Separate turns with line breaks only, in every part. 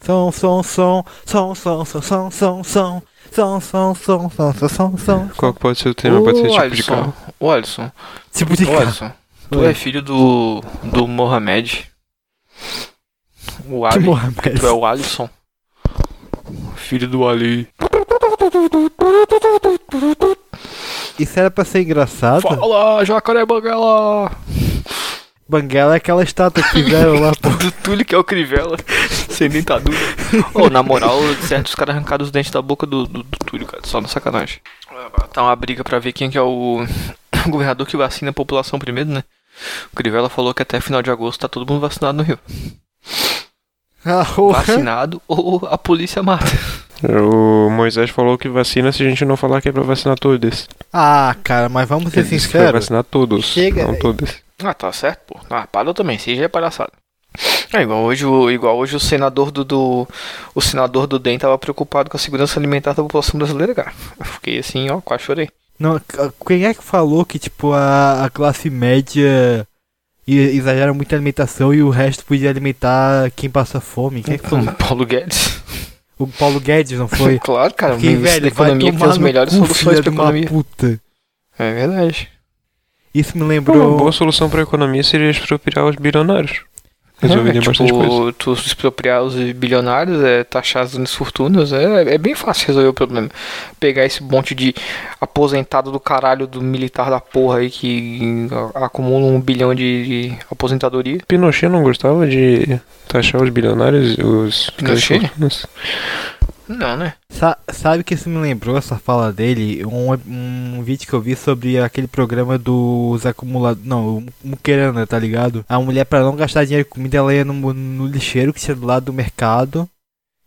Som, som, som, som, som, som, som, som, som, som, som, som, som, som, som, som.
Qual que pode ser o tema? Pode ser tipo de
Alisson,
carro.
Ô Alisson,
Tipo de
ô
cara.
Alisson, tu é filho do. do Mohamed. O
Que
Ali.
Mohamed.
Tu é o Alisson. Filho do Ali.
Isso era pra ser engraçado?
Fala, Jacaré Banguela!
Banguela é aquela estátua que fizeram lá, pô.
Do Túlio que é o Crivella. Sem dentadura. Ô, na moral, certo, os caras arrancaram os dentes da boca do, do, do Túlio, cara. Só na sacanagem. Tá uma briga pra ver quem que é o governador que vacina a população primeiro, né? O Crivella falou que até final de agosto tá todo mundo vacinado no Rio. Tá
Ah, porra.
Vacinado ou a polícia mata.
O Moisés falou que vacina se a gente não falar que é pra vacinar todos.
né?
Ah, cara, mas vamos ser
Ele disse que vai
sinceros.
vacinar todos,
Chega,
não
véi.
todas.
Ah, tá certo, pô. Ah, parou também, seja é palhaçada. É igual hoje, o- igual hoje o senador do, do- O senador do DEM tava preocupado com a segurança alimentar da população brasileira, cara. Eu fiquei assim, ó, quase chorei.
Não, c- quem é que falou que, tipo, a, a classe média e- exagera muito a alimentação e o resto podia alimentar quem passa fome? Quem é que foi?
Paulo Guedes.
O Paulo Guedes, não foi?
Claro, cara, o
Quem,
ministro
velho,
da economia
vai
que
tomar
tem as
no
melhores
cu,
soluções
filha de
pra
uma
economia.
puta.
É verdade.
Isso me
Uma
lembrou...
boa solução pra economia seria expropriar os bilionários. Resolveria
é,
bastante coisa.
tipo, tu expropriar os bilionários, é, taxar as grandes fortunas, é, é bem fácil resolver o problema. Pegar esse monte de aposentado do caralho do militar da porra aí que a- acumula um bilhão de, de aposentadoria.
Pinochet não gostava de taxar os bilionários, os
Pinochet?
grandes fortunas.
Não, né?
Sa- sabe que isso me lembrou, essa fala dele? Um, um vídeo que eu vi sobre aquele programa dos acumulados. Não, o Muquerana, tá ligado? A mulher, pra não gastar dinheiro com comida, ela ia no, no lixeiro que tinha do lado do mercado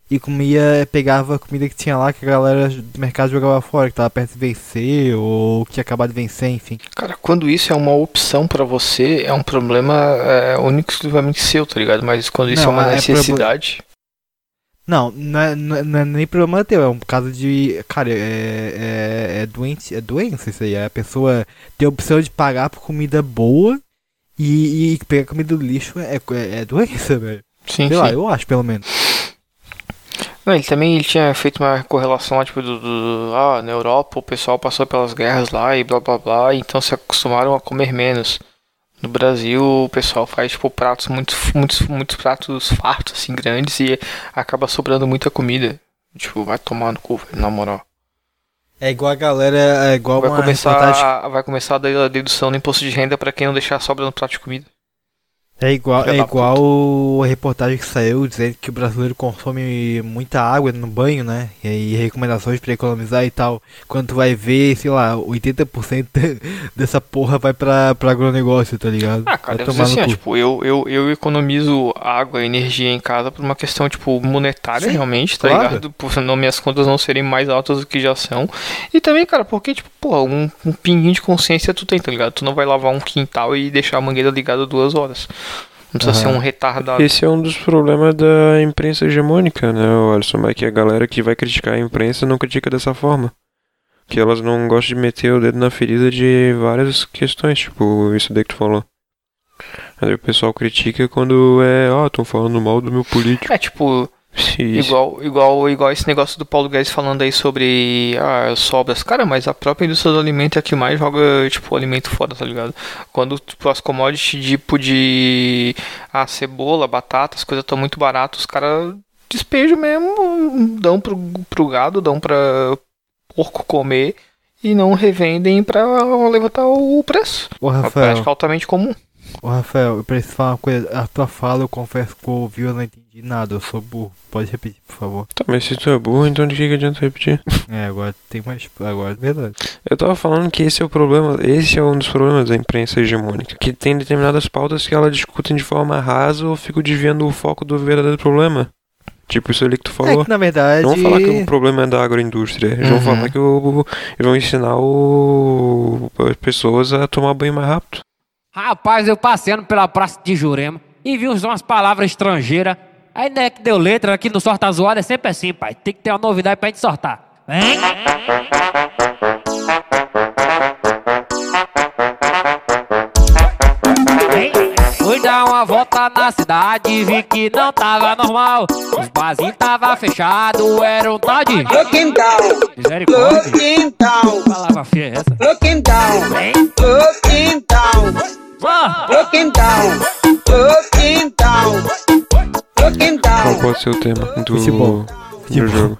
e comia, pegava a comida que tinha lá que a galera do mercado jogava fora, que tava perto de vencer ou que tinha acabado de vencer, enfim.
Cara, quando isso é uma opção pra você, é um problema é, único e exclusivamente seu, tá ligado? Mas quando isso
Não,
é uma
é
necessidade.
Não, não é, não é- não é nem problema teu, é um caso de. Cara, é, é, é doente, é doença isso aí. É a pessoa ter a opção de pagar por comida boa e, e pegar comida do lixo é, é, é doença, velho.
Sim,
Sei
sim.
lá, eu acho pelo menos.
Não, ele também ele tinha feito uma correlação lá, tipo, do, do- do- ah, na Europa o pessoal passou pelas guerras lá e blá blá blá, então se acostumaram a comer menos. No Brasil o pessoal faz, tipo, pratos, muitos, muitos, muitos pratos fartos, assim, grandes e acaba sobrando muita comida. Tipo, vai tomar no cu, velho, na moral.
É igual a galera, é igual
Vai
uma
começar,
reportagem-
a, vai começar a de- a dedução do imposto de renda pra quem não deixar sobra no prato de comida.
É igual,
Filha
é
da
igual a reportagem que saiu dizendo que o brasileiro consome muita água no banho, né? E aí recomendações pra economizar e tal. Quando tu vai ver, sei lá, 80% dessa porra vai pra, pra agronegócio, tá ligado?
Ah, cara,
vai
eu
tomar
assim,
no
ó,
cu.
tipo, eu, eu, eu economizo água e energia em casa por uma questão, tipo, monetária
Sim,
realmente, tá
claro.
ligado? Por não minhas contas não serem mais altas do que já são. E também, cara, porque, tipo, pô, um, um pinguinho de consciência tu tem, tá ligado? Tu não vai lavar um quintal e deixar a mangueira ligada duas horas. Não precisa ser
Aham.
um retardado.
Esse é um dos problemas da imprensa hegemônica, né, Alisson? É que a galera que vai criticar a imprensa não critica dessa forma. Que elas não gostam de meter o dedo na ferida de várias questões, tipo isso daí que tu falou. Aí o pessoal critica quando é, ó, tão falando mal do meu político.
É, tipo,
E Isso.
Igual, igual, igual esse negócio do Paulo Guedes falando aí sobre ah, sobras. Cara, mas a própria indústria do alimento é a que mais joga, tipo, alimento fora, tá ligado? Quando tipo, as commodities tipo de ah, cebola, batata, as coisas estão muito baratas, os caras despejam mesmo, dão pro, pro gado, dão pra porco comer e não revendem pra levantar o preço. É
Ô,
Uma
Rafael,
prática altamente comum.
ô, Rafael, eu preciso falar uma coisa. A tua fala, eu confesso que eu ouvi, eu não entendi nada. Eu sou burro. Pode repetir, por favor.
Tá, mas se tu é burro, então de que, que adianta repetir?
É, agora tem mais. Agora, é verdade.
Eu tava falando que esse é o problema, esse é um dos problemas da imprensa hegemônica, que tem determinadas pautas que ela discutem de forma rasa ou ficam desviando o foco do verdadeiro problema. Tipo isso ali que tu
É
falou.
que na verdade.
Não vão falar que o problema é da agroindústria. Eles vão
Uhum.
falar que o, eles vão ensinar o, as pessoas a tomar banho mais rápido.
Rapaz, eu passeando pela praça de Jurema e vi usar umas palavras estrangeiras. Aí né que deu letra aqui no Sorta Zoada é sempre assim, pai. Tem que ter uma novidade pra gente sortar. Hein? Hein? Cuidado! dar uma volta na cidade, vi que não tava normal. Os barzinhos tava fechado, era um tal de
No quintal, no
misericórdia.
quintal,
Palavra feia é essa.
no quintal,
Hein?
no quintal,
Vá!
no quintal, no quintal, no
Qual
quintal.
pode ser o tema do,
Futebol.
do
Futebol.
jogo?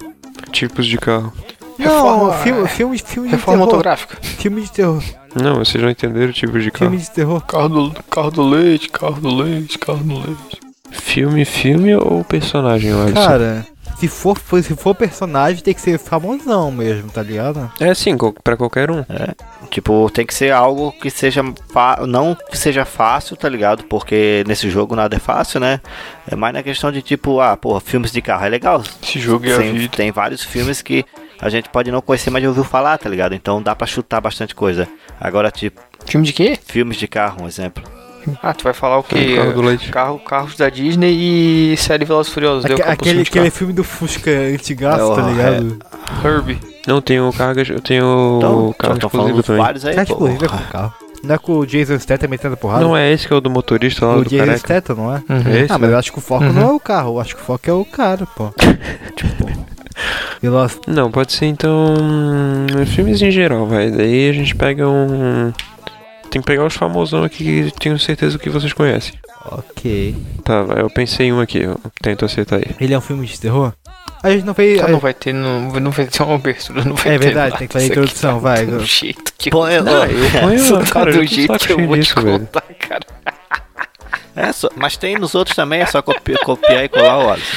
Tipos de carro.
Não,
Reforma-
filme, filme, filme de
Reforma
terror.
autográfica.
Filme de terror.
Não, vocês não entenderam tipos de carro.
Filme de terror.
Carro do, carro do leite, carro do leite, carro do leite.
Filme, filme ou personagem, Alisson?
Cara, se for, se for personagem, tem que ser famosão mesmo, tá ligado?
É sim, co- pra qualquer um.
é.
Tipo, tem que ser algo que seja fa- não que seja fácil, tá ligado? Porque nesse jogo nada é fácil, né? É mais na questão de tipo, ah, porra, filmes de carro é legal.
Esse jogo é a
Tem,
vida.
tem vários filmes que a gente pode não conhecer, mas já ouviu falar, tá ligado? Então dá pra chutar bastante coisa. Agora, tipo,
Filme de quê?
filmes de carro, um exemplo.
Ah, tu vai falar o quê?
Filme um carro do leite.
Carro, carros da Disney e série Velas Furiosas.
Aque-
Deu campo
aquele,
de
aquele filme do Fusca antigaço,
É,
tá
ó,
ligado?
carro. Herbie.
Não, tem o carga, tem o
Então, só
carro
estão falando
explosivo também.
vários aí,
Tá
pô.
explosivo com o carro. Não é com o Jason Statham metendo porrada?
Não é esse que é o do motorista lá
O
do
Jason
careca?
Statham, não é?
Uhum.
É esse?
ah, mas
né?
eu acho que o foco
Uhum.
não é o carro, eu acho que o foco é o cara, pô. tipo. Veloz.
Não, pode ser então. hum, Filmes em geral, vai. Daí a gente pega um. Tem que pegar os famosão aqui que tenho certeza que vocês conhecem.
Ok.
Tá, vai, eu pensei em um aqui, eu tento acertar aí.
Ele é um filme de terror? A gente não fez.
Ah,
a-
não vai ter, não, não vai ter uma abertura, não vai
É
ter
verdade,
nada
tem que fazer a
disso aqui.
introdução, vai.
Do jeito que
Pô, eu- ó,
Põe
Isso
uma-
tá
cara,
do
eu tô de
jeito
saco
que eu
cheio
vou te
disso, velho.
contar, cara.
É só- mas tem nos outros também, é só copi- copiar e colar o Alisson.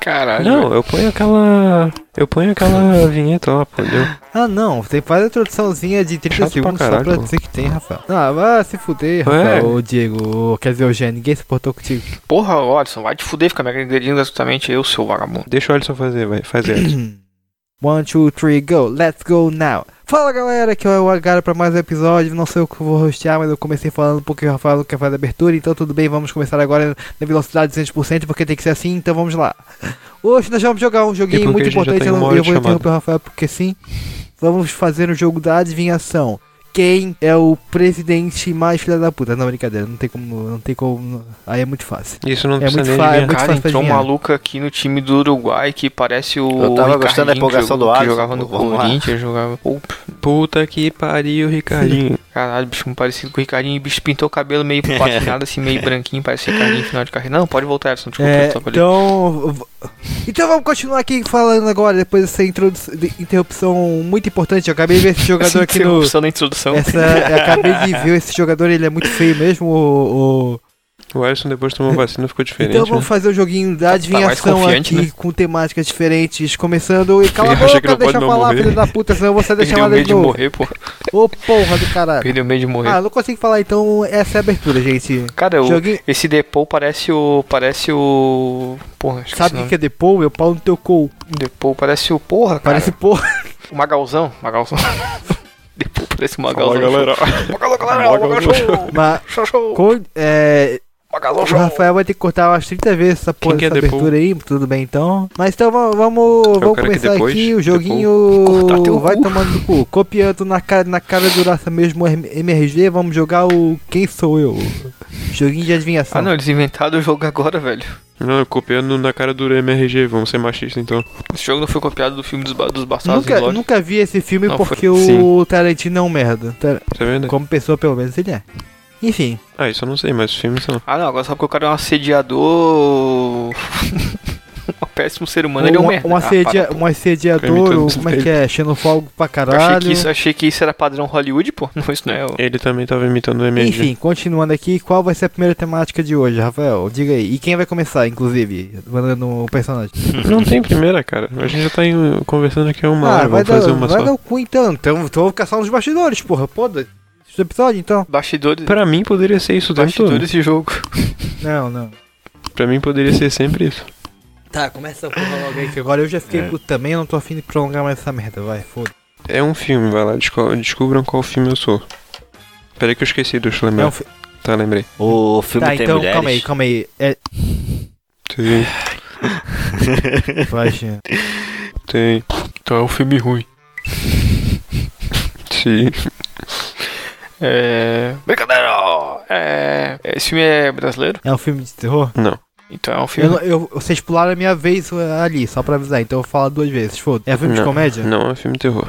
Caralho.
Não, eu ponho aquela. Eu ponho aquela vinheta lá, pô. Deu.
Ah, não. Tem faz a introduçãozinha de 30
Chato pra
segundos só
caralho, É?
pra
pô.
dizer que tem, Rafael. Ah, vai se fuder,
Ué?
Rafael. Ô, Diego. ô, Quer dizer, Eugênio, ninguém se portou contigo.
Porra, Watson, vai te fuder, fica me agredindo gratuitamente, eu, seu vagabundo.
Deixa o Alisson fazer, vai. Faz Alisson.
One, two, three, go. Let's go now. Fala galera, aqui é o Agara pra mais um episódio. Não sei o que eu vou rostear, mas eu comecei falando porque o Rafael não quer fazer abertura. Então tudo bem, vamos começar agora na velocidade 200% porque tem que ser assim. Então vamos lá. Hoje nós vamos jogar um
E
joguinho muito
porque a gente já
importante.
tem
Eu,
uma
não,
hora
eu
de
vou
chamada.
interromper o Rafael porque sim. Vamos fazer o jogo da adivinhação. Quem é o presidente mais filha da puta? Não, brincadeira, não tem como. Não tem como. Aí é muito fácil.
Isso não
É
precisa
muito
nem
fa- é
adivinhar.
muito-
Cara,
fácil
entrou um
adivinhar.
maluco aqui no time do Uruguai que parece o.
Eu tava gostando da
Ricardinho
empolgação
que
do
jogou-
Alisson.
Que jogava no
Vamos lá.
Corinthians, jogava. Ô,
Puta que pariu,
é
Ricardinho.
caralho, bicho, um parecido com o Ricardinho. O bicho pintou o cabelo meio patinado, assim, meio branquinho, parece Ricardinho final de carreira. Não, pode voltar, Edson, desculpa,
É,
eu tava ali.
então. v- Então vamos continuar aqui falando agora, depois dessa introdu- de- interrupção muito importante. Eu acabei de ver esse jogador
Essa
aqui no. É,
interrupção da introdução.
Essa, eu acabei de ver esse jogador, ele é muito feio mesmo. O, o-
O Alisson depois tomou vacina ficou diferente.
Então vamos
né?
fazer o joguinho da
Tá- tá mais
adivinhação
confiante,
aqui
né?
com temáticas diferentes. Começando. E cala a
acha
boca,
que não pode
deixa eu
não
falar,
morrer.
filho da puta, senão você deixa
Perdeu
chamar
medo
de
de
novo.
morrer, pô.
Ô porra do caralho.
Perdeu medo de morrer.
Ah, não consigo falar, então essa é a abertura, gente.
Cara, o,
Joguinho.
esse Depou parece o. Parece o. Porra, esqueci
Sabe o
o
que
nome.
que é Depou? Meu pau no teu cu.
Depou parece o. Porra, cara.
Parece porra.
O Magalzão. Magalzão. Depou parece o Magalzão.
Fala, galera.
Magalzão, galera. Magalzão. show.
Mas.
Show, show.
co- É,
Magalzão,
O
show.
Rafael vai ter que cortar umas 30 vezes essa, porra,
Quem que é
essa
Deadpool?
abertura aí, tudo bem então. Mas então vamos,
É
vamos, vamos
quero que
começar
depois,
aqui, o
Deadpool,
joguinho
cortar teu
vai
cu.
tomando no cu. Copiando na cara, na cara duraça mesmo o MRG, vamos jogar o Quem Sou Eu? Joguinho de adivinhação.
Ah, não, eles inventaram o jogo agora, velho.
Não, copiando na cara do MRG, vamos ser machista então.
Esse jogo não foi copiado do filme dos, ba- dos Bastardos
Nunca,
Inglórios.
nunca vi esse filme
Não, foi-
porque o
sim.
Tarantino é um merda. Tar-
Tá vendo?
Como pessoa, pelo menos, ele é. Enfim,
Ah, isso eu não sei, mas os filmes são.
Ah, não, agora só porque o cara é um assediador. um péssimo ser humano, ele é um merda.
um,
Ah,
assedia-
para, pô.
um assediador,
Permita-me
ou como é que é? Xenofólogo pra caralho.
Achei que, isso, achei que isso era padrão Hollywood, pô. Não, isso não é. o-
Ele também tava imitando o MRG.
Enfim, continuando aqui, qual vai ser a primeira temática de hoje, Rafael? Diga aí. E quem vai começar, inclusive, mandando o personagem?
Não tem primeira, cara. A gente já tá em- conversando aqui há uma hora,
Ah, vai,
vamos fazer
dar,
uma
vai
só.
dar o cu então. Então, então eu vou ficar só nos bastidores, porra. Pô, do- esse episódio então?
Bastidores,
Pra mim poderia ser isso o tempo todo.
bastidores de jogo.
Não, não.
Pra mim poderia ser sempre isso.
Tá, começa a porra logo aí, que agora eu já fiquei puto também, eu não tô afim de prolongar mais essa merda, vai, foda.
É um filme, vai lá, desco- descubram qual filme eu sou. Peraí que eu esqueci, deixa eu
É
lembrar.
um fi-
Tá, lembrei.
O filme
Tá,
tem
então,
mulheres.
calma aí, calma aí. É,
Tem,
vai, Jean.
tem.
Então é um filme ruim.
Sim.
É. Brincadeira! É. Esse filme é brasileiro?
É um filme de terror?
Não.
Então é um filme.
Eu, eu- vocês pularam a minha vez uh, ali, só pra avisar, então eu vou falar duas vezes. Foda. É filme de
Não.
comédia?
Não é um filme de terror.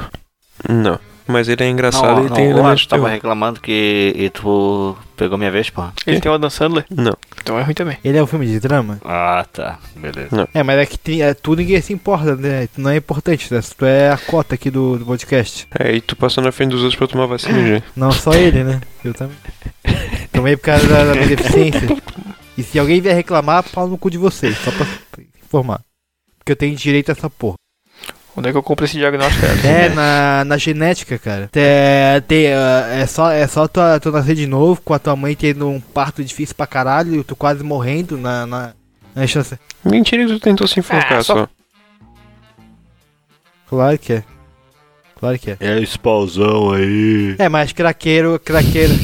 Não. Mas ele é
Não,
engraçado e
não,
tem
não, tá
elementos
tu
de
tava
terror.
reclamando que e tu pegou minha vez, porra.
Ele tem o Adam Sandler?
Não.
Então é ruim também.
Ele é um filme de drama?
Ah, tá. Beleza.
É, mas é que tem, é, tu ninguém se importa, né? Tu não é importante, né? Tu é a cota aqui do, do podcast.
É, e tu passando na frente dos outros pra tomar vacina, gente.
Não só ele, né? Eu também. Também por causa da, da minha deficiência. E se alguém vier reclamar, pau no cu de vocês, só pra informar. Porque eu tenho direito a essa porra.
Onde é que eu compro esse diagnóstico?
É, na, na genética, cara. É, tem, ah, é só, é só tu, tu nascer de novo, com a tua mãe tendo um parto difícil pra caralho, tu quase morrendo na, na, na chance.
Mentira que tu tentou se enforcar
Ah, só-
só.
Claro que é. Claro que é.
É esse pauzão aí.
É, mas craqueiro, craqueiro.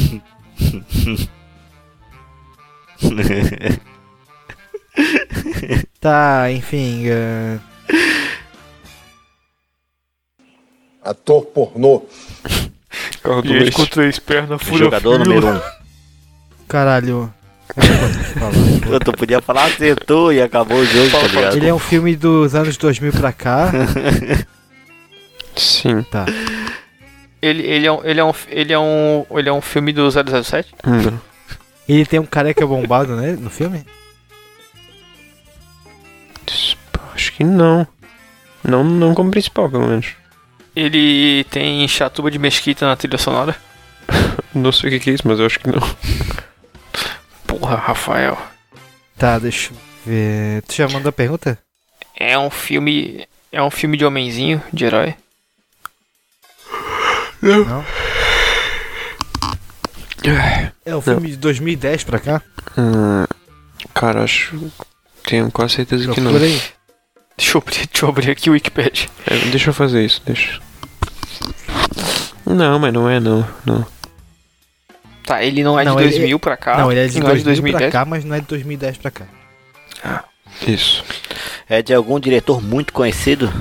Tá, enfim. ah,
Ator pornô.
Carro do
Gente
leite.
com três pernas, fura
Jogador
fila.
número 1. Um.
caralho.
Eu tu podia falar acertou e acabou o jogo, tá ligado?
Ele é um filme dos anos 2000 pra cá.
Sim.
Tá.
Ele, ele, é um, ele, é um, ele, é um, ele é um filme do 007?
Não.
Ele tem um careca bombado, né? No filme?
Acho que não. Não, não como principal, pelo menos.
Ele tem chatuba de mesquita na trilha sonora?
Não sei o que que é isso, mas eu acho que não.
Porra, Rafael.
Tá, deixa eu ver. Tu já mandou a pergunta?
É um filme. É um filme de homenzinho, de herói?
Não. É um filme de 2010 pra cá?
Hum, cara, acho. Tenho quase certeza que não.
Procura aí.
Deixa eu abrir, deixa eu abrir aqui o Wikipedia.
É, deixa eu fazer isso, deixa. Não, mas não é não, não.
Tá, ele não é
Não,
de
ele-
2000 pra cá.
não, ele é de
não
2000 pra cá, mas não é de 2010 pra cá.
Isso.
É de algum diretor muito conhecido?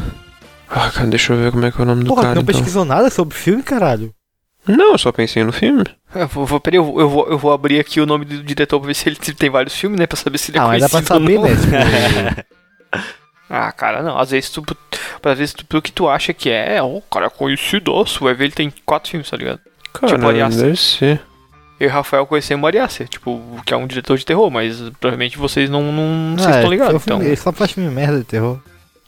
Ah, cara, deixa eu ver como é que é o nome do
Porra, tu
cara
não
então.
pesquisou nada sobre o filme, caralho?
Não, eu só pensei no filme.
Eu vou, vou, peraí, eu vou, eu, vou, eu vou abrir aqui o nome do diretor pra ver se ele se tem vários filmes, né? Pra saber se ele é
Ah, mas dá pra
conhecido
saber,
ou
né?
não.
Tipo,
Ah, cara, não. Às vezes tu. Às vezes tu, pro que tu acha que é, o cara é conhecidoso. Vai ver, ele tem quatro filmes, tá ligado?
Cara,
Tipo, aliás-
deve ser.
Eu e Rafael conhecemos o Ari Aster, tipo, que é um diretor de terror, mas provavelmente vocês não, não
ah,
vocês estão
é um
ligados.
filme-
Então,
Ele só faz filme merda de terror.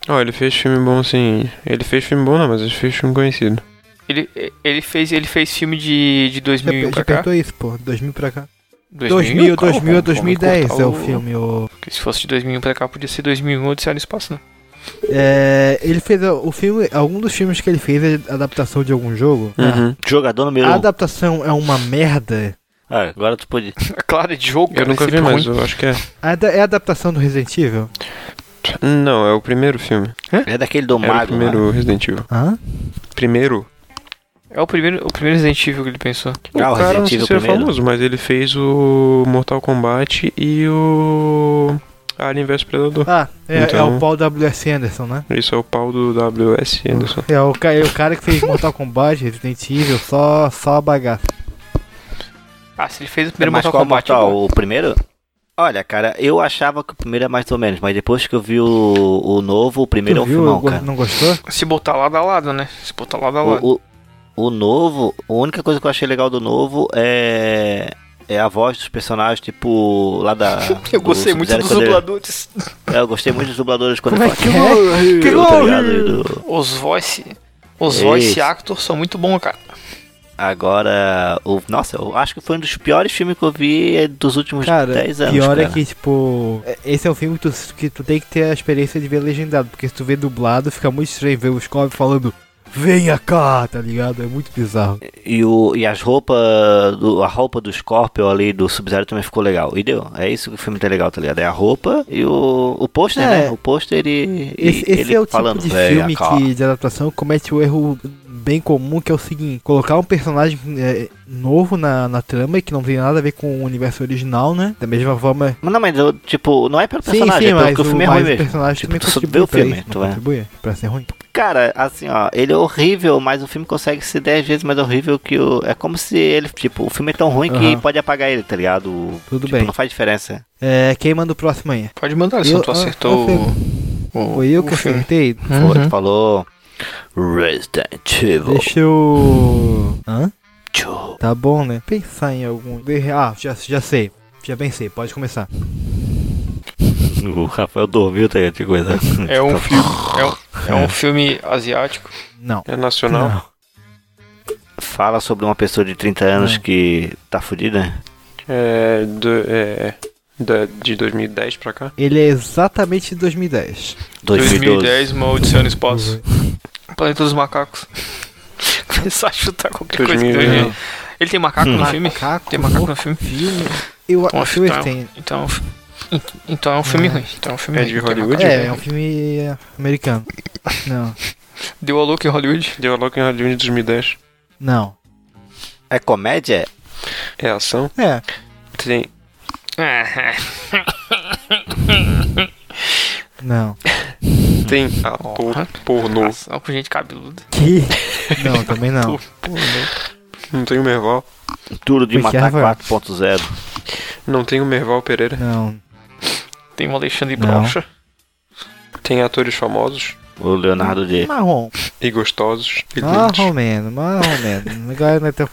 Ó, ele fez filme bom sim. Ele fez filme bom não, mas ele fez filme conhecido.
ele, ele, fez, ele fez filme de, de
Já,
2001
já
pra cá.
perguntou isso, pô. 2000 pra cá.
2000,
2000, 2000
calma,
a
vamos- vamos
2010
cortar
é o filme. O...
Porque se fosse de 2001 pra cá, podia ser 2001 Odisseia no Espaço, né?
É, ele fez o o filme. Algum dos filmes que ele fez é adaptação de algum jogo.
Uhum.
Jogador número
A
1. Um.
adaptação é uma merda.
Ah, agora tu podia.
É claro, é de jogo,
Eu
cara,
nunca
é
vi,
sempre
mas
ruim.
eu acho que é.
A ada- é a adaptação do Resident Evil?
Não, é o primeiro filme.
É daquele do
Era o
Mago. né?
primeiro Resident Evil.
Hã?
Primeiro?
É o primeiro, o primeiro Resident Evil que ele pensou.
O
Ah, o
cara não
Resident
sei
Evil
se é
primeiro.
famoso, mas ele fez o Mortal Kombat e o Alien vs Predador.
Ah, é, é
Então-
o Paul W.S. Anderson, né?
Isso é o pau do WS Anderson.
É o, ca- é o cara que fez Mortal Kombat, Resident Evil, só, só a bagaça.
Ah, se ele fez o
É,
primeiro
mas
Mortal
qual
Kombat. tipo,
Mortal?
bom.
O primeiro? Olha, cara, eu achava que o primeiro é mais ou menos, mas depois que eu vi o, o novo, o primeiro
tu
é um
viu?
filmão,
Go-
cara.
Não gostou?
Se botar lado a lado, né? Se botar lado a lado.
O, o, o novo, a única coisa que eu achei legal do novo é. É a voz dos personagens, tipo, lá
Ah,
da.
eu
do
gostei muito
Sub-Zero
dos
quando ele-
dubladores.
É, eu gostei muito dos dubladores quando
Como é
ele
que
fala.
é?
"Eu", tá ligado? E do-
Os voice. Os
Isso.
voice actors são muito bons, cara.
Agora, o, nossa, eu acho que foi um dos piores filmes que eu vi é, dos últimos
Cara,
10 anos.
pior
cara.
é que, tipo, é- esse é um filme que tu, que tu tem que ter a experiência de ver legendado, porque se tu vê dublado, fica muito estranho ver o Scooby falando Venha cá, tá ligado? É muito bizarro.
E, o, e as roupas, do- a roupa do Scorpion ali, do Sub-Zero também ficou legal. E deu, é isso que o filme tá legal, tá ligado? É a roupa e o, o pôster,
É.
né? O pôster ele,
Esse,
ele
esse é o
falando,
tipo de
"Véia,
filme
cara".
que, de adaptação comete o erro bem comum, que é o seguinte, colocar um personagem é, novo na, na trama e que não tem nada a ver com o universo original, né? Da mesma forma...
Mas não, mas eu, tipo, não é pelo personagem, é pelo que o filme é ruim
mas o
mesmo.
personagem
Tipo,
também
tu só vê
contribui
o
pra
filme,
isso,
tu
não
é.
contribui pra ser ruim. então
Cara, assim, ó, ele é horrível, mas o filme consegue ser 10 vezes mais horrível que o. É como se ele, tipo, o filme é tão ruim que
Aham.
pode apagar ele, tá ligado?
Tudo
Tipo,
bem.
Não faz diferença.
É, quem manda o próximo aí?
Pode mandar se
Eu-
tu
ah,
acertou
eu
o, o.
Foi eu
o
que
filme.
acertei?
Pô,
Uhum.
tu falou. Resident Evil.
Deixa eu. Hã?
Tchô.
Tá bom, né? Pensar em algum. Ah, já, já sei. Já pensei, pode começar.
O Rafael dormiu, tá ligado? Que coisa. Tipo,
É um filme. É um, é um filme asiático.
Não.
É nacional?
Não.
Fala sobre uma pessoa de 30 anos
Não.
que tá fudida.
É, do, é da, de 2010 pra cá?
Ele é exatamente de 2010.
2012.
2010, uma Odisseia no Espaço. Planeta dos Macacos. Começar a chutar qualquer coisa que
2000,
tem.
né?
Ele tem macaco no filme?
Macaco,
Tem macaco
no
no filme?
filme. Eu
Então,
acho que eles
então-
têm.
Então, en- então é um filme ruim. Então é um filme
É
ruim.
de
Tem macaco.
Hollywood?
É, é um filme é, americano. Não.
Deu a louca em Hollywood?
Deu logo em Hollywood de 2010.
Não.
É comédia?
É ação?
É.
Tem.
É,
Não.
Tem ator pornô.
Ação com gente cabeluda.
Que? Não, também não.
Não tem o Merval?
Tudo de
Porque
matar
Rafael-
4.0.
Não tem o Merval Pereira?
Não.
Tem um Alexandre
Não.
Brocha.
Tem atores famosos
O Leonardo de.
Marrom.
e gostosos e
Ah,
lindos?
Marromeno, marromeno. Agora não é tão...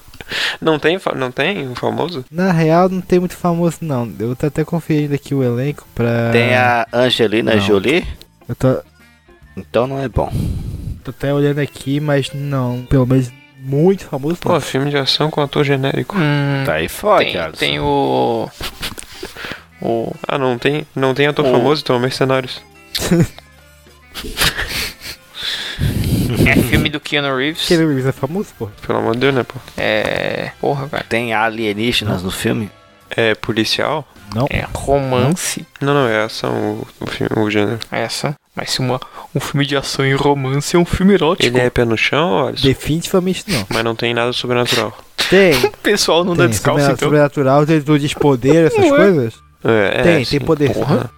Não tem, fa- não tem um famoso?
Na real, não tem muito famoso, não. Eu tô até conferindo aqui o elenco pra.
Tem a Angelina
É. Não.
Jolie.
Eu tô,
Então não é bom.
Hum.
tô até olhando aqui, mas não. Pelo menos muito famoso,
Pô,
não.
filme de ação com ator genérico.
Hum,
Tá aí fora,
tem,
Thiago.
tem o. O.
Ah, não tem, não tem ator
Ou-
famoso, então é Mercenários.
É filme do Keanu Reeves.
Keanu Reeves é famoso, pô.
Pelo amor de Deus, né, pô?
É. Porra, cara.
Tem alienígenas no filme?
É policial?
Não.
É romance. é
Não, não, é ação, o, o, filme, o gênero.
Essa. Mas se uma, um filme de ação e romance é um filme erótico.
Ele é pé no chão, olha.
Definitivamente não.
Mas não tem nada sobrenatural.
Tem.
O pessoal não dá
tem. é
descalço,
Sobre-
então.
Sobrenatural, virtudes, poder, essas
Não é.
coisas?
É, é,
Tem,
sim,
tem poder.
Porra.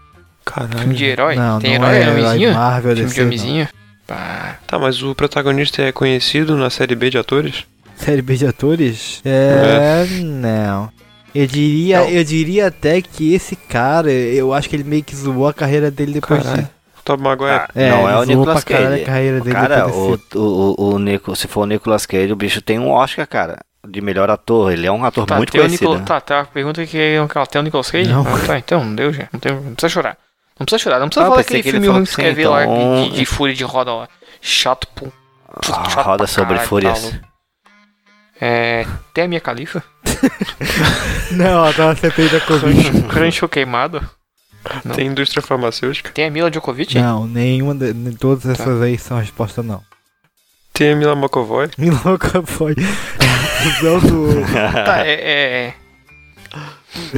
Caralho.
Filme de herói?
Não,
tem
não
herói,
é
homenzinho?
Marvel,
filme de
DC, não.
homenzinho? Pá.
Tá, mas o protagonista é conhecido na série B de atores?
Série B de atores? É. Não. Eu diria, eu diria até que esse cara, eu acho que ele meio que zoou a carreira dele depois
Caralho.
de.
Tom Maguire.
Ah, não
ele
é o
zoou
Nicolas
pra caralho
Cage.
a carreira dele
Cara, é
depois
o,
desse-
o, o, o Nico, se for o Nicolas Cage, o bicho tem um Oscar, cara, de melhor ator. Ele é um ator
Tá,
muito
tem o
conhecido.
Nicolas- Tá, tá. Pergunta que é um- tem o Nicolas Cage?
Não.
Ah, tá, então, não deu já. Não, tem- não precisa chorar. Não precisa chorar, não precisa
Ah,
falar
pensei
aquele
que ele
filme
falou
ruim que
que
você
sim,
quer ver lá
então-
de, de, de fúria de roda lá. Chato, pum.
Ah,
Chato
roda
pra
sobre
caralho,
fúrias.
tá louco. É. Tem a minha califa?
Não, eu tava CPI da Covid.
Crunch ou queimado? Não.
Tem indústria farmacêutica?
Tem a Mila Djokovic?
não, nenhuma de nem todas
Tá.
essas aí são a resposta, não.
Tem a Mila Mocovoy?
Me louca foi. Visão do.
Tá, é. é, é.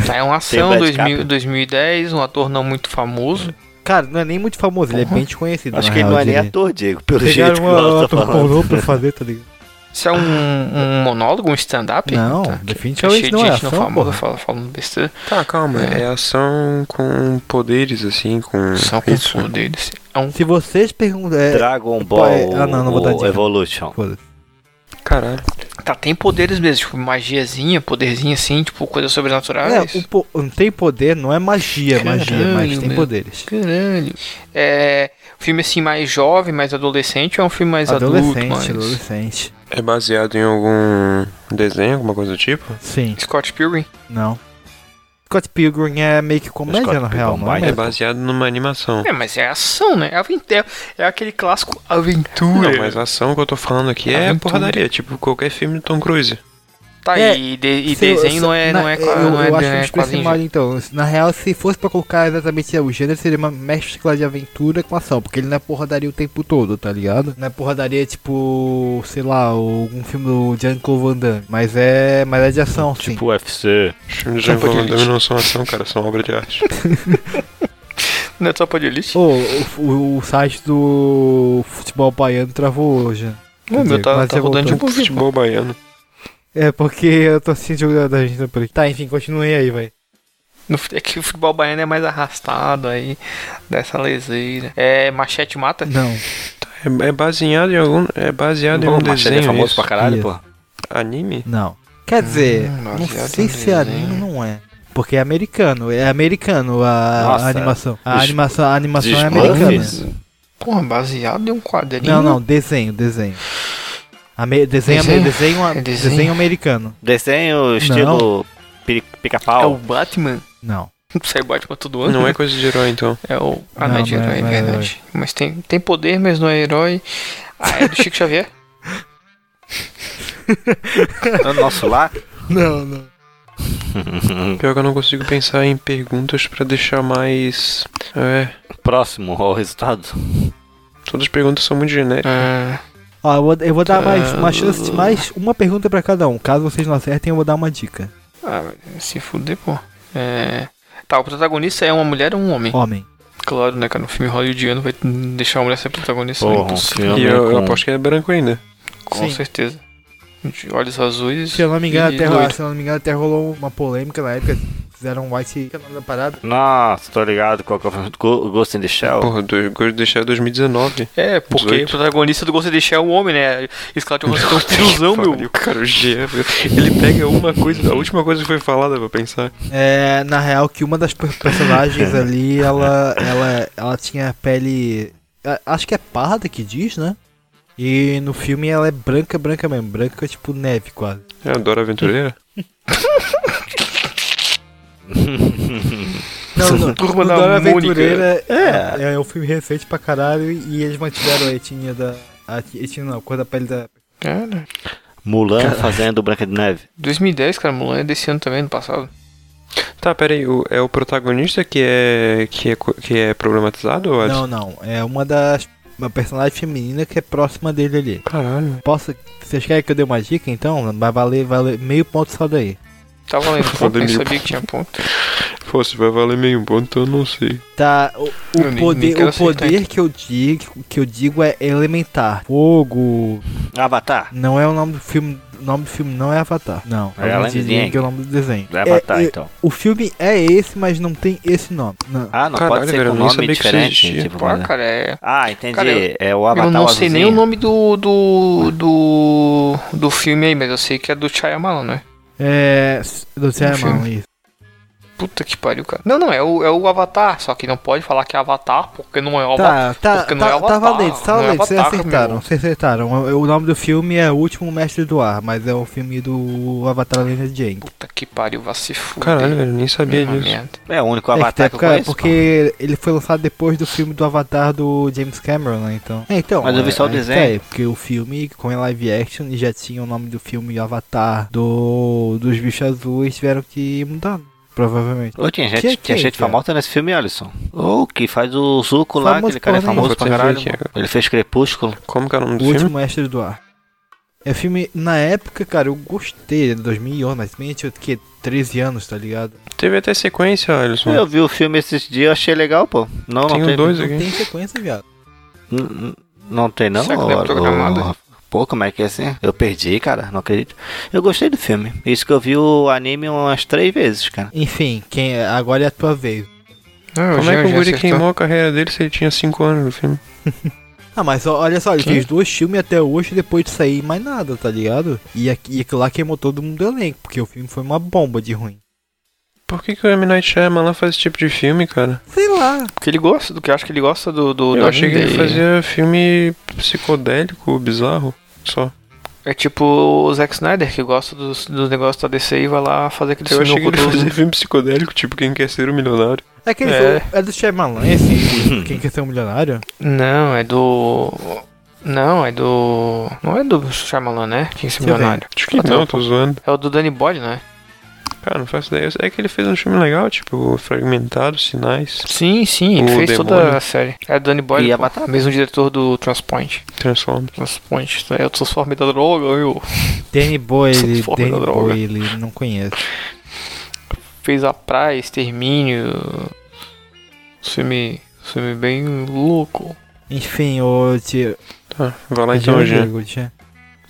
Tá, é uma ação
Brad
2000,
Pitt.
2010, um ator não muito famoso.
Cara, não é nem muito famoso, ele é
Porra.
bem desconhecido.
Acho
na
que ele
real,
não é nem
diria.
ator, Diego, pelo jeito que
Pegaram
nós
uma
tá falando.
pornô pra fazer, tá ligado?
Isso é um, um monólogo, um stand-up?
Não,
Tá, que-
definitivamente
cheio
não
de
é
gente não
ação,
famosa
porra.
fala- falando besteira.
Tá, calma. É ação com poderes, assim,
É
com.
São com
isso.
poderes. É um
Se vocês perguntam. É...
Dragon Ball
Ah, não, não vou dar dica.
Evolution.
Foda-se.
Caralho.
Tá, tem poderes mesmo, tipo, magiazinha, poderzinha assim, tipo, coisas sobrenaturais.
É, o po- não tem poder, não é magia, é magia, mas
Caralho,
tem
meu.
poderes.
Caralho. É. Filme assim, mais jovem, mais adolescente, ou é um filme mais adulto,
adolescente,
mais.
adolescente.
É baseado em algum desenho, alguma coisa do tipo?
Sim,
Scott Pilgrim?
não. Scott Pilgrim é meio que comédia,
Scott
na real, não
Pilgrim
é?
vai-
É
mesmo?
baseado numa animação.
É, mas é ação, né? É, aventura, é aquele clássico aventura.
Não, mas a ação que eu tô falando aqui é
Aventura.
porradaria, tipo qualquer filme do Tom Cruise.
Tá,
É,
e, de- e
Se eu-
desenho
se-
não é,
na-
não é,
eu,
cla- não é,
eu acho
não
que
é
eu
quase
expressei mal, então. Na real, se fosse pra colocar exatamente é, o gênero, seria uma mescla de aventura com ação, porque ele não é porradaria o tempo todo, tá ligado? Não é porradaria tipo, sei lá, algum filme do Jean-Claude Van Damme, mas é, mas é de ação, sim.
Tipo UFC.
Os filmes de Jean
Tropa de
Van Damme
Elite.
não são ação, cara, são obra de arte.
Não é tropa de elite?
Ô, o, o- o site do futebol baiano travou hoje. Quer
Não, meu
dizer,
tá,
quase
tá
já
rodando
voltou.
tipo um vídeo.
Futebol baiano.
É porque eu tô assistindo o jogo da- da Argentina por aqui. Tá, enfim, continuei aí, vai.
No fute- É que o futebol baiano é mais arrastado aí, dessa leseira. É, machete mata?
Não.
É, é baseado em algum. É baseado em um
Pô, Machado é
desenho.
famoso
isso.
pra caralho,
Isso.
pô.
Anime?
Não. Quer dizer, Ah, não
baseado
sei
em
se é anime
desenho.
não é. Porque é americano, é americano a,
Nossa.
a animação. A
Os-
animação, a animação é americana.
Smurfs?
Porra, baseado em um quadrinho.
Não, não, desenho, desenho. Ame- desenho,
Desenho?
desenho, desenho,
É desenho?
desenho americano.
Desenho estilo pi-
É o
pica-pau.
Batman.
Não.
Sai Batman todo ano.
Não é coisa de herói, então.
É o. Ah,
Não,
não, é de
não é-
herói, é
não é
verdade. Mas tem, tem poder, mas não é herói. Ah, é do Chico Xavier?
É o nosso lá.
Não, não.
Pior que eu não consigo pensar em perguntas pra deixar mais. É.
Próximo ao resultado.
Todas as perguntas são muito
É.
genéricas.
Ah,
Ó, eu vou, eu vou dar mais
Tá.
uma chance, mais uma pergunta pra cada um. Caso vocês não acertem, eu vou dar uma dica.
ah, se fuder, pô. É. Tá, o protagonista é uma mulher ou um homem?
Homem.
Claro, né, cara? No filme hollywoodiano vai deixar a mulher ser protagonista. é
Porra, um
impossível.
filme
E eu, eu
com-
aposto que é branco ainda.
Com
Sim.
certeza. De olhos azuis.
Se eu não me engano,
e
até,
loiro.
se eu não me engano, até rolou uma polêmica na época. Fizeram um white que é o nome da parada.
Nossa, tô ligado qual que é o filme? Go- Ghost in the Shell.
Porra, do, Ghost in the Shell é 2019.
É, porque
18.
o protagonista do Ghost in the Shell é um homem, né? Scarlett Johansson é um tiozão,
Pariu,
meu.
Cara, o Jean, ele pega uma coisa, a última coisa que foi falada pra pensar.
É, na real, que uma das per- personagens
É.
ali, ela, ela, ela tinha pele. a- Acho que é parda que diz, né? E no filme ela é branca, branca mesmo. Branca, tipo neve quase.
É, adoro aventureira.
Não, não.
Turma
no
da
Dora
Mônica.
Aventureira é. é um filme recente pra caralho e eles mantiveram a etnia da. A etnia não, a cor da pele da.
Cara,
Mulan fazendo Branca de Neve.
2010, cara, Mulan é desse ano também, ano passado.
Tá, pera aí, o- é o protagonista que é, que é, co- que é problematizado, ou é-
Não, não. É uma das. Uma personagem feminina que é próxima dele ali.
Caralho.
Posso. Vocês querem que eu dê uma dica então? Vai valer, valer meio ponto só daí.
Tá valendo ponto,
Foda-me.
nem sabia que tinha ponto.
Pô, se vai valer meio ponto, eu não sei.
Tá, o, o
Eu nem- nem
poder,
quero então.
o poder que eu digo, que eu digo é elementar. Fogo.
Avatar.
Não é o nome do filme, o nome do filme não é Avatar. Não,
É
eu
além do
diria
desenho.
que é o nome do desenho.
É Avatar,
é,
então.
o filme é esse, mas não tem esse nome. Não.
Ah, não
Caralho,
pode ser
velho, eu
com
nem
nome
sabia que isso
diferente.
existia.
Tipo,
Pá,
mas-
cara, é.
Ah, entendi.
Cara, eu-
é o Avatar
Eu não sei nem o
azulzinho.
nome do, do. do. do filme aí, mas eu sei que é do Shyamalan, né?
É, do Shyamalan,
filme.
isso.
Puta que pariu, cara. Não, não, é o, é o Avatar, só que não pode falar que é Avatar, porque não é o Avatar.
Tá, tá,
porque
tá,
não é
tá
Avatar,
valendo, tá
não é
valendo, vocês
Avatar,
acertaram,
meu.
vocês acertaram. O, o nome do filme é O Último Mestre do Ar, mas é o filme do Avatar Lenda de Aang.
Puta que pariu, vai se fuder.
Caralho, velho, eu nem sabia
Uma
disso.
merda.
É o único
É,
Avatar
até
que,
porque,
eu conheço.
porque ele foi lançado depois do filme do Avatar do James Cameron, né? Então. É, então.
Mas eu vi
é-
só o
é,
desenho.
É, porque o filme, como é live action, e já tinha o nome do filme Avatar do, dos bichos azuis, tiveram que mudar, né? provavelmente.
Ô, tinha gente,
Tinha
tinha
quem,
gente
cara?
famosa nesse filme, Alisson. Ou que faz o Zuko lá,
Famoso
aquele cara é
porra
nenhuma.
famoso pra
Você vê
caralho.
que é-
mano. Ele fez Crepúsculo.
Como que é o nome
O
do filme?
Último Mestre do Ar. É filme, na época, cara, eu gostei, é de 2011, mas também tinha o quê? 13 anos, tá ligado?
Teve até sequência, Alisson.
Eu vi o filme esses dias, achei legal, pô. Não, não
Hum. Tem
teve.
um dois
Não
aqui.
tem sequência, viado.
N- n- Não tem não?
Será que não é
ô- ô-
programado?
Pô, como é que é assim? Eu perdi, cara, não acredito. Eu gostei do filme. Isso que eu vi o anime umas três vezes, cara.
Enfim, quem é- agora é a tua vez.
Não,
Como
já-
é que o
já
Guri
acertou.
queimou a carreira dele se ele tinha 5 anos no filme?
Ah, mas ó, olha só, ele
Quem?
fez dois filmes até hoje e depois de sair mais nada, tá ligado? E, aqui, e aquilo lá queimou todo mundo do elenco, porque o filme foi uma bomba de ruim.
Por que, que o M. Night Shyamalan faz esse tipo de filme, cara?
Sei lá.
Que ele gosta, do que eu acho que ele gosta do. do
Eu
da
achei que
vida
ele
e-
fazia filme psicodélico, bizarro, só.
É tipo o Zack Snyder, que gosta dos, dos negócios da DC e vai lá fazer aquele
Eu achei que
filme
ele fazia
todo.
filme psicodélico, tipo Quem Quer Ser o Milionário.
É aquele
É.
filme- é do Shyamalan, esse Quem Quer Ser Um Milionário?
Não, é do. Não, é do. Não é do Shyamalan, né? Quem se
Deixa eu
milionário.
Acho que
Ah, tá,
não,
pô.
tô zoando.
É o do Danny Boyle, né?
Cara, não faço ideia. É que ele fez um filme legal, tipo Fragmentado, Sinais,
Sim, sim,
O
ele fez toda
demônio.
a série. É do Danny
E
Boyle, pô,
Avatar.
mesmo diretor do Transpoint.
Transformers.
Transpoint, é o transforme da droga, eu
Danny Boyle,
Forma da
Danny
droga.
Boyle, não conheço.
fez a praia, extermínio. Filme. Filme bem louco.
Enfim, ô tio...
Tá, vai lá
é
então, Jean.
né?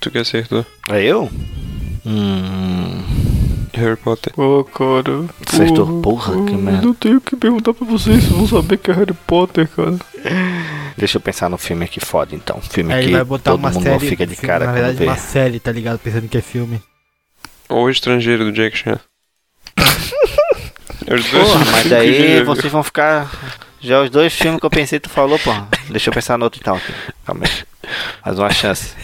Tu que acertou.
É eu? Hum.
Harry Potter.
Ô, cara.
Uhum.
Acertou. Porra, que merda.
tenho que perguntar pra vocês, vocês vão saber que é Harry Potter, cara.
Deixa eu pensar no filme que foda, então. Filme
Aí
que
ele vai botar
todo
uma
mundo
série.
fica de
filme,
cara
na
quando
verdade,
vê.
uma série, tá ligado? Pensando que é filme.
Ou o estrangeiro do Jack Chan. Os dois
Porra,
filmes
mas
que
daí
eu-
vocês vão ficar. Já os dois filmes que eu pensei, tu falou, porra. Deixa eu pensar no outro então. aqui. Calma aí. Mais uma chance.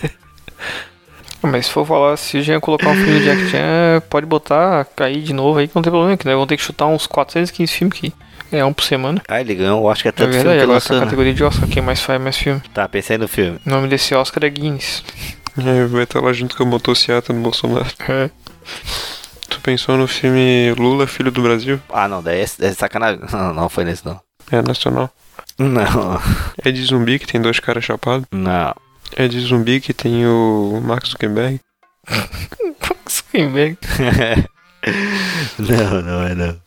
Mas se for falar, se já colocar um filme do Jack Chan, pode botar, cair de novo aí, que não tem problema, que nós vamos ter que chutar uns 415 filmes aqui. É um por semana.
Ah, ele ganhou, eu acho que é
É
tanto filme
verdade,
que
agora essa
lançou. né?
categoria de Oscar, quem mais faz mais filme.
Tá, pensei no filme.
O nome desse Oscar é Guinness.
É, vai estar lá junto com o motociata do Bolsonaro.
É.
Tu pensou no filme Lula, Filho do Brasil?
Ah, não, daí é, é sacanagem. Não, não foi nesse não.
É nacional.
Não,
É de zumbi que tem dois caras chapados.
não.
É de zumbi que tem o Mark Zuckerberg.
Zuckerberg.
Não, não é não.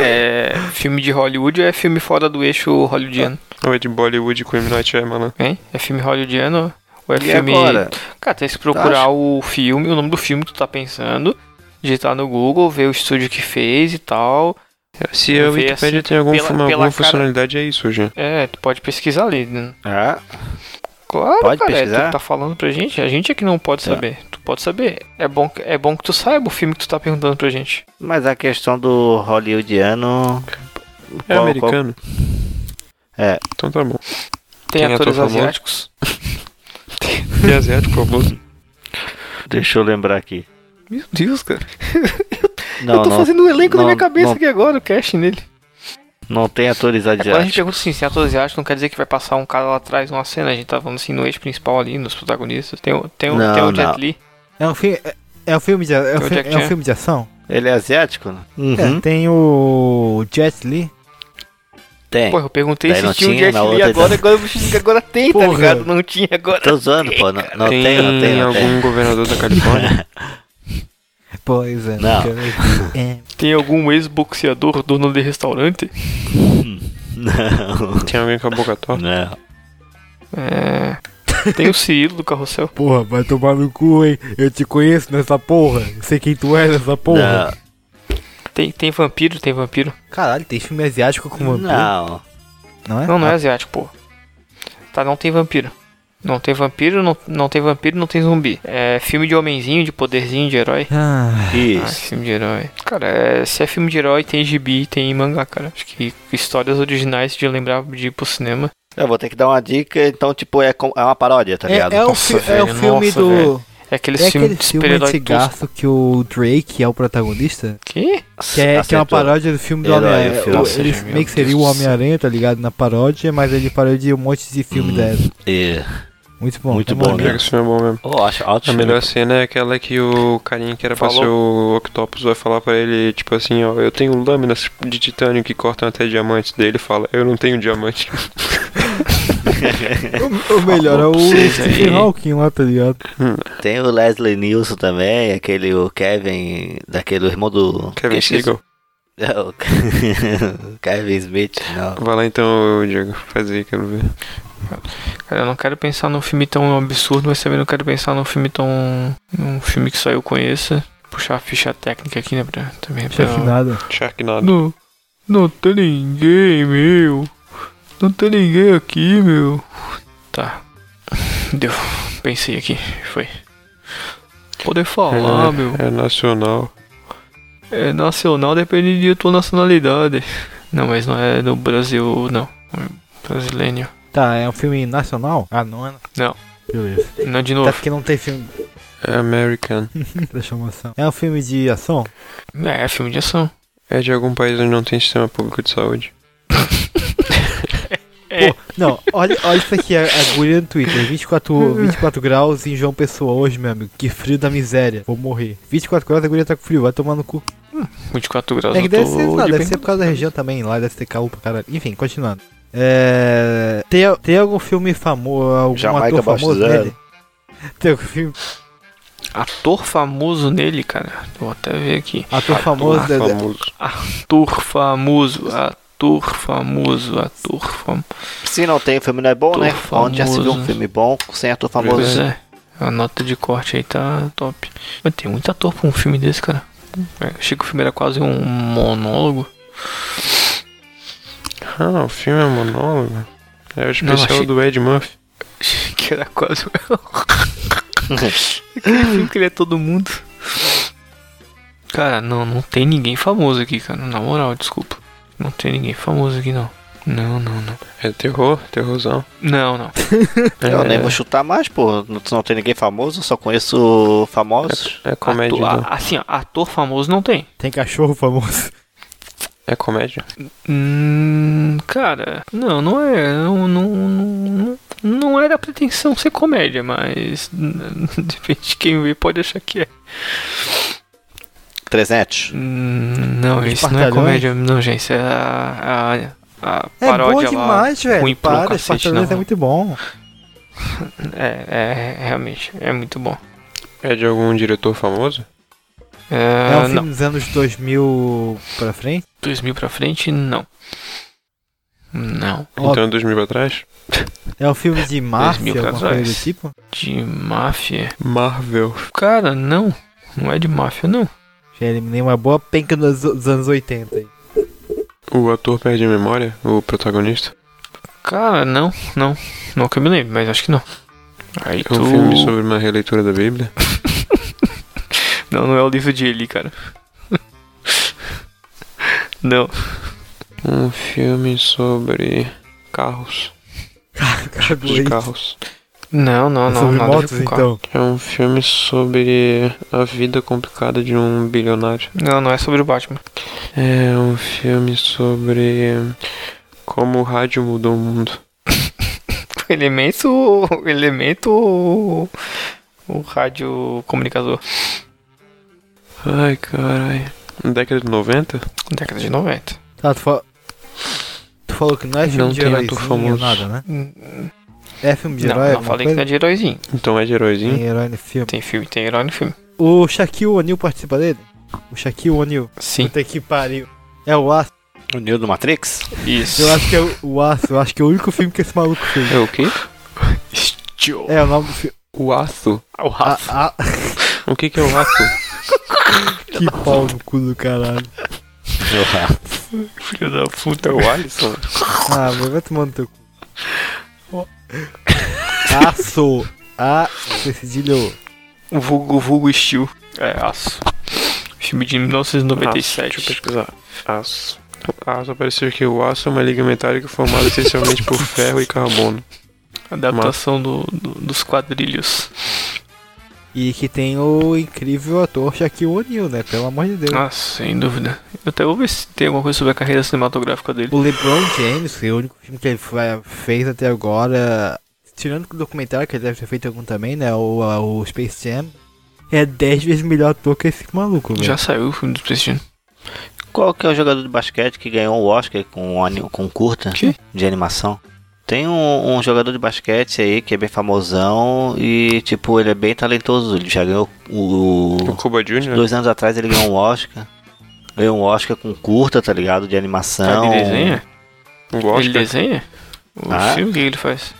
É, filme de Hollywood ou é filme fora do eixo hollywoodiano?
Ou é de Bollywood com o M. Night Shyamalan.
Hein? É filme hollywoodiano ou é
E
filme...
agora?
Cara, tem que procurar o filme, o nome do filme que tu tá pensando, digitar no Google, ver o estúdio que fez e tal.
Se a
Eu vi
Wikipedia
assim,
tem algum,
pela-
uma
pela
alguma
cara-
funcionalidade, é isso, gente.
É, tu pode pesquisar ali, né?
Ah,
Claro,
Pode
cara, é tu
pesquisar?
que tá falando pra gente, a gente é que não pode
Tá.
saber. Tu pode saber. É bom, que- é bom que tu saiba o filme que tu tá perguntando pra gente.
mas a questão do hollywoodiano.
É
qual-
americano?
É.
Então tá bom. Quem
Tem
é
atores
ator famoso?
asiáticos?
E asiático, famoso.
qual- Deixa eu lembrar aqui.
Meu Deus, cara.
Não,
eu tô
não,
fazendo um elenco
não,
na minha cabeça
não.
aqui agora, o cast nele.
não tem atores
Agora a gente
adiados.
pergunta assim, se é ator asiático, não quer dizer que vai passar um cara lá atrás numa cena. A gente tá falando assim no eixo principal ali, nos protagonistas. Tem, o- tem, o-
Não,
tem o
não.
Jet Li.
É um filme. É, é um filme de é um
o
fi-
Jack
é um
Chan?
filme de ação?
Ele é asiático? né?
É, tem o Jet Li.
Tem.
Porra, eu perguntei
É. Daí
se
não
tinha o
tinha,
Jet
na
Li
outra
agora,
não.
agora o bicho diz que agora tem, tá
Porra.
ligado? Não tinha agora.
Tô zoando, pô. Não, não tem, não tem, não
algum
tem.
governador da Califórnia?
Pois é.
Não.
cara, é.
Tem algum ex-boxeador dono de restaurante?
Não,
tem alguém com a boca torta?
não.
É. Tem o Cirilo do Carrossel.
Porra, vai tomar no cu, hein? Eu te conheço nessa porra. Eu sei quem tu é nessa porra.
Não.
Tem, tem vampiro, tem vampiro.
Caralho, tem filme asiático com vampiro?
Não.
Não é?
Não, não é asiático, pô. Tá, não tem vampiro. Não tem vampiro, não, não tem vampiro, não tem zumbi. É filme de homenzinho, de poderzinho, de herói.
Ah,
Ah,
Isso.
filme de herói. Cara, é, se é filme de herói, tem gibi, tem mangá, cara. Acho que histórias originais de lembrar de ir pro cinema.
Eu vou ter que dar uma dica, então, tipo, é, com- é uma paródia, tá ligado?
é, é o,
Nossa,
fi- é o
velho,
filme
nossa,
do.
velho. É aquele
É
filme
aquele
de
filme de
super-herói tosco.
cigarro que o Drake é o protagonista? Que
Que?
é, que é uma
Acertou.
paródia do filme do
Herói,
Homem-Aranha.
o filme.
O-
Nossa,
Ele
meu
meio que
Deus
seria o
do céu.
Homem-Aranha, tá ligado? Na paródia, mas ele parodia um monte de filme
Hum.
dessa.
É.
Muito bom.
Muito
tá
bom,
Pior que Esse filme é bom mesmo.
Oh, acho alto
A melhor cena é aquela que o carinha que era pra
Falou.
ser o Octopus vai falar pra ele, tipo assim, ó, eu tenho lâminas de titânio que cortam até diamantes dele, ele fala, eu não tenho diamante.
O, o melhor é o Stephen Hawking lá, tá ligado?
Tem o Leslie Nielsen também, aquele o Kevin, daquele o irmão do.
Kevin
Esqueci-
Seagal.
É, o Ke- Kevin Smith, não.
Vai lá então, Diego, faz aí, quero ver.
Cara, eu não quero pensar num filme tão absurdo, mas também não quero pensar num filme tão. num filme que só eu conheça. Puxar a ficha técnica aqui, né? Pra, também pra.
Chefe nada.
Sharknado.
Não, não tem ninguém, meu. Não tem ninguém aqui, meu. Tá. Deu. Pensei aqui. Foi. Poder falar, meu.
É nacional.
É nacional, depende de tua nacionalidade. Não, mas não é do Brasil, não. É Brasileiro.
Tá, é um filme nacional? Ah, não é?
Não.
Beleza.
Não, é de
Até
novo.
porque não tem filme
É American.
da chamação. É um filme de ação?
É, é filme de ação.
É de algum país onde não tem sistema público de saúde.
Pô,
É.
Oh, não, olha, olha isso aqui, a, a guria no Twitter. 24, 24 graus em João Pessoa hoje, meu amigo. Que frio da miséria. Vou morrer. 24 graus, a guria tá com frio. Vai tomar no cu.
24 graus.
É que
eu tô
deve ser, não,
de
deve
bem-
ser por causa da região também, lá deve ter calor pra caralho. Enfim, continuando. É... Tem, tem algum filme famoso, algum
Jamaica
ator famoso
Baixo Zero.
nele? Tem algum filme,
Ator famoso nele, cara. Vou até ver aqui.
ator famoso,
Ah,
de- de-
famoso.
Ator famoso, ator famoso, ator famoso.
Se não tem, o filme não é bom,
Ator
né? Onde já se viu
famoso.
um filme bom né? sem ator famoso?
Pois é. A nota de corte aí tá top. Mas tem muito ator pra um filme desse, cara. É, achei que o filme era quase um monólogo.
Ah, o filme é monólogo. É o
Não,
especial
achei-
do Ed Murphy.
que era quase o Aquele filme que ele é todo mundo. Cara, não, não tem ninguém famoso aqui, cara. Na moral, desculpa. Não tem ninguém famoso aqui, não. Não, não, não.
É terror, terrorzão.
Não, não.
Eu
é,
nem vou chutar mais, pô. Não, não tem ninguém famoso, só conheço famosos.
é comédia.
Ator-
então.
a- assim, ó, ator famoso não tem.
Tem cachorro famoso.
É comédia.
Hum, cara, não, não é. Não, não, não, não era a pretensão ser comédia, mas. Depende de quem vê, pode achar que é.
É.
300.
Hum, Não, isso não é
Espartalhões?
comédia. Não, gente, isso é a. a, a
É bom
paródia lá.
demais, velho.
ruim pra um
Para,
cacete,
Espartanos
não.
é muito bom.
É, é, realmente, é muito bom.
É de algum diretor famoso?
É,
É um
não,
filme dos anos 2000 pra frente.
2000 pra frente, não. Não.
Ó,
Então, 2000 pra trás?
É um filme de máfia, alguma
casais.
coisa do tipo.
De máfia.
Marvel.
Cara, não. Não é de máfia, não.
Já eliminei uma boa penca dos, dos anos 80 aí.
O ator perde a memória? O protagonista?
Cara, não, não. Não que eu me lembro, mas acho que não. Aí
É
tu...
um filme sobre uma releitura da Bíblia?
Não, não é o livro de Eli, cara. não.
Um filme sobre carros. Tipos de carros.
Não, não,
É
não.
sobre
nada a ver
motos,
com carro.
então.
É um filme sobre a vida complicada de um bilionário.
então.
Não, não é sobre o Batman.
É um filme sobre como o rádio mudou o mundo.
Elemento... Elemento... O rádio comunicador.
Ai, caralho. Na década de 90?
Década de 90.
Tá, tu, fa- tu falou que não é filme
Não
de
tem ator
heróizinho,
famoso.
nada, né?
Não,
É filme de herói?
Hum, não
alguma
falei que
coisa?
não é de heróizinho.
Então é de heróizinho?
Tem herói no filme.
Tem filme, tem herói no filme.
O Shaquille O'Neal participa dele? O Shaquille O'Neal.
Sim.
Puta que pariu. É o Aço.
O Neo do Matrix?
Isso.
Eu acho que é o, o Aço. Eu acho que é o único filme que esse maluco fez.
É o quê?
Estio.
É o nome do filme.
O aço.
O
A,
Rafa.
a,
O que que é o aço?
que pau no cu do caralho.
Filho da puta.
É o Alisson?
Ah, mas vai tomar no teu cu. Aço. Ah, A. Você cedilho.
O vulgo, vulgo Steel. É, aço. Filme de
Aço,
1997.
deixa eu pesquisar. Aço. Aço apareceu aqui. O aço é uma liga metálica formada essencialmente por ferro e carbono.
Adaptação do, do- dos quadrilhos.
E que tem o incrível ator Shaquille O'Neal, né? Pelo amor de Deus.
Ah, sem dúvida. Eu até vou ver se tem alguma coisa sobre a carreira cinematográfica dele.
O LeBron James, que é o único filme que ele fa- fez até agora, tirando o documentário que ele deve ter feito algum também, né? O, a- o Space Jam, é 10 vezes melhor ator que esse maluco, velho.
Já saiu o filme do Space Jam.
Qual que é o jogador de basquete que ganhou o Oscar com, um ani- com curta
Que?
de animação? Tem um, um jogador de basquete aí que é bem famosão e, tipo, ele é bem talentoso. Ele já ganhou
O
o.
Cuba Jr.
Dois anos atrás ele ganhou um Oscar. Ganhou um Oscar com curta, tá ligado? De
Ah,
animação.
ele desenha?
O
Ele
Um Oscar.
desenha? O
Ah.
filme que ele faz?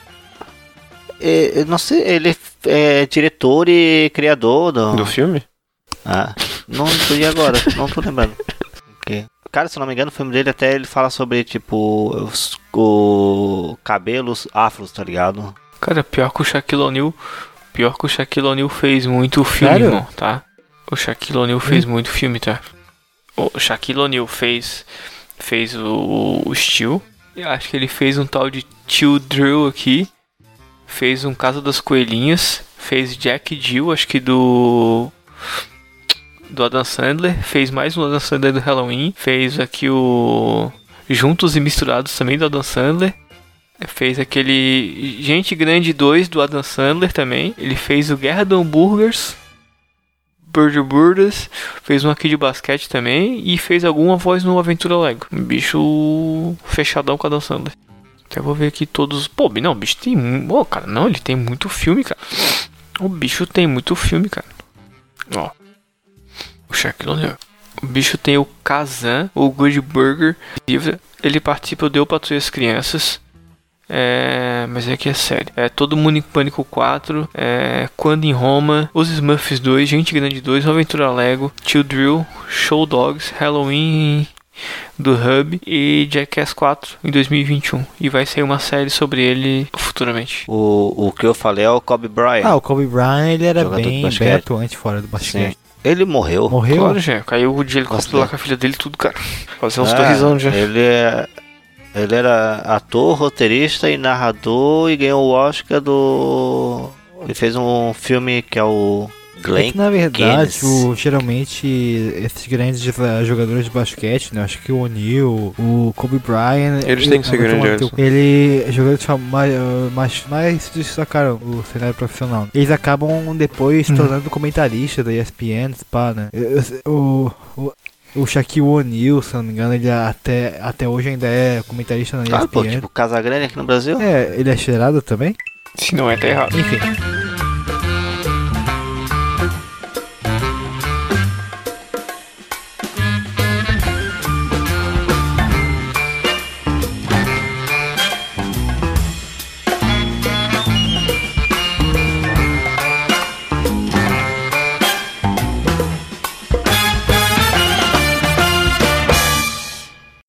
É, eu não sei, ele é diretor e criador do.
Do filme?
Ah, não sei agora, não tô lembrando. Ok. Cara, se eu não me engano, o filme dele até ele fala sobre, tipo, os- o cabelos afros, tá ligado?
Cara, pior que o Shaquille O'Neal. Pior que o Shaquille O'Neal fez muito filme,
Sério?
irmão, tá? O Shaquille O'Neal fez muito filme, tá? O Shaquille O'Neal fez. Fez o, o Steel. Eu acho que ele fez um tal de Tio Drill aqui. Fez um Casa das Coelhinhas. Fez Jack Jill, acho que do. Do Adam Sandler. Fez mais um Adam Sandler do Halloween. Fez aqui o. Juntos e Misturados também do Adam Sandler. Fez aquele Gente Grande 2 do Adam Sandler também. Ele fez o Guerra do Hambúrgueres. Burger Burgers. Fez um aqui de basquete também. E fez alguma voz no Aventura Lego. Um bicho fechadão com o Adam Sandler. Até vou ver aqui todos. Pô, não, o bicho tem. mu- Ô, cara, não, ele tem muito filme, cara. O bicho tem muito filme, cara. Ó. O Shaquille O'Neal. O bicho tem o Kazan, o Good Burger. Ele participa do Eu Patrulho as Crianças. É, mas é que é sério. É Todo Mundo em Pânico 4, é, Quando em Roma, Os Smurfs 2, Gente Grande 2, Uma Aventura Lego, Tio Drill, Show Dogs, Halloween do Hub e Jackass 4 em 2021. E vai sair uma série sobre ele futuramente.
O, o que eu falei é o Kobe Bryant.
Ah, o Kobe Bryant ele era
Jogador de
bem, bem
basquete.
atuante fora do basquete.
Sim. Ele morreu.
Morreu?
Claro, já. Caiu o dia ele
Nossa,
lá
né?
com a filha dele tudo, cara. Fazer uns
É,
dois anos já.
Ele, é- ele era ator, roteirista e narrador e ganhou o Oscar do. Ele fez um filme que é o.
É
Glenn
que, na verdade,
Guinness.
o, geralmente esses grandes eh, jogadores de basquete, né? Acho que o O'Neal, o Kobe Bryant.
Eles têm que ser
não,
grandes,
tem um-
Alisson.
Ele, jogadores fam- mais, eh, mais, mais se destacaram no cenário profissional. Eles acabam depois se
Uhum.
tornando comentaristas da ESPN, pá, né? Eu- eu- O, o, o Shaquille O'Neal, se não me engano, ele até, até hoje ainda é comentarista na
Ah,
Claro, pô,
ESPN.
tipo, Casagrande aqui no Brasil.
É, ele é cheirado também?
Se não é, tá errado.
Enfim.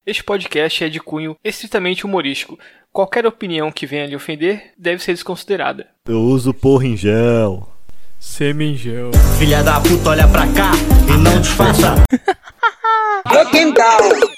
Este podcast é de cunho estritamente humorístico. Qualquer opinião que venha lhe ofender deve ser desconsiderada.
Eu uso porra em gel.
Semingel.
no quintal.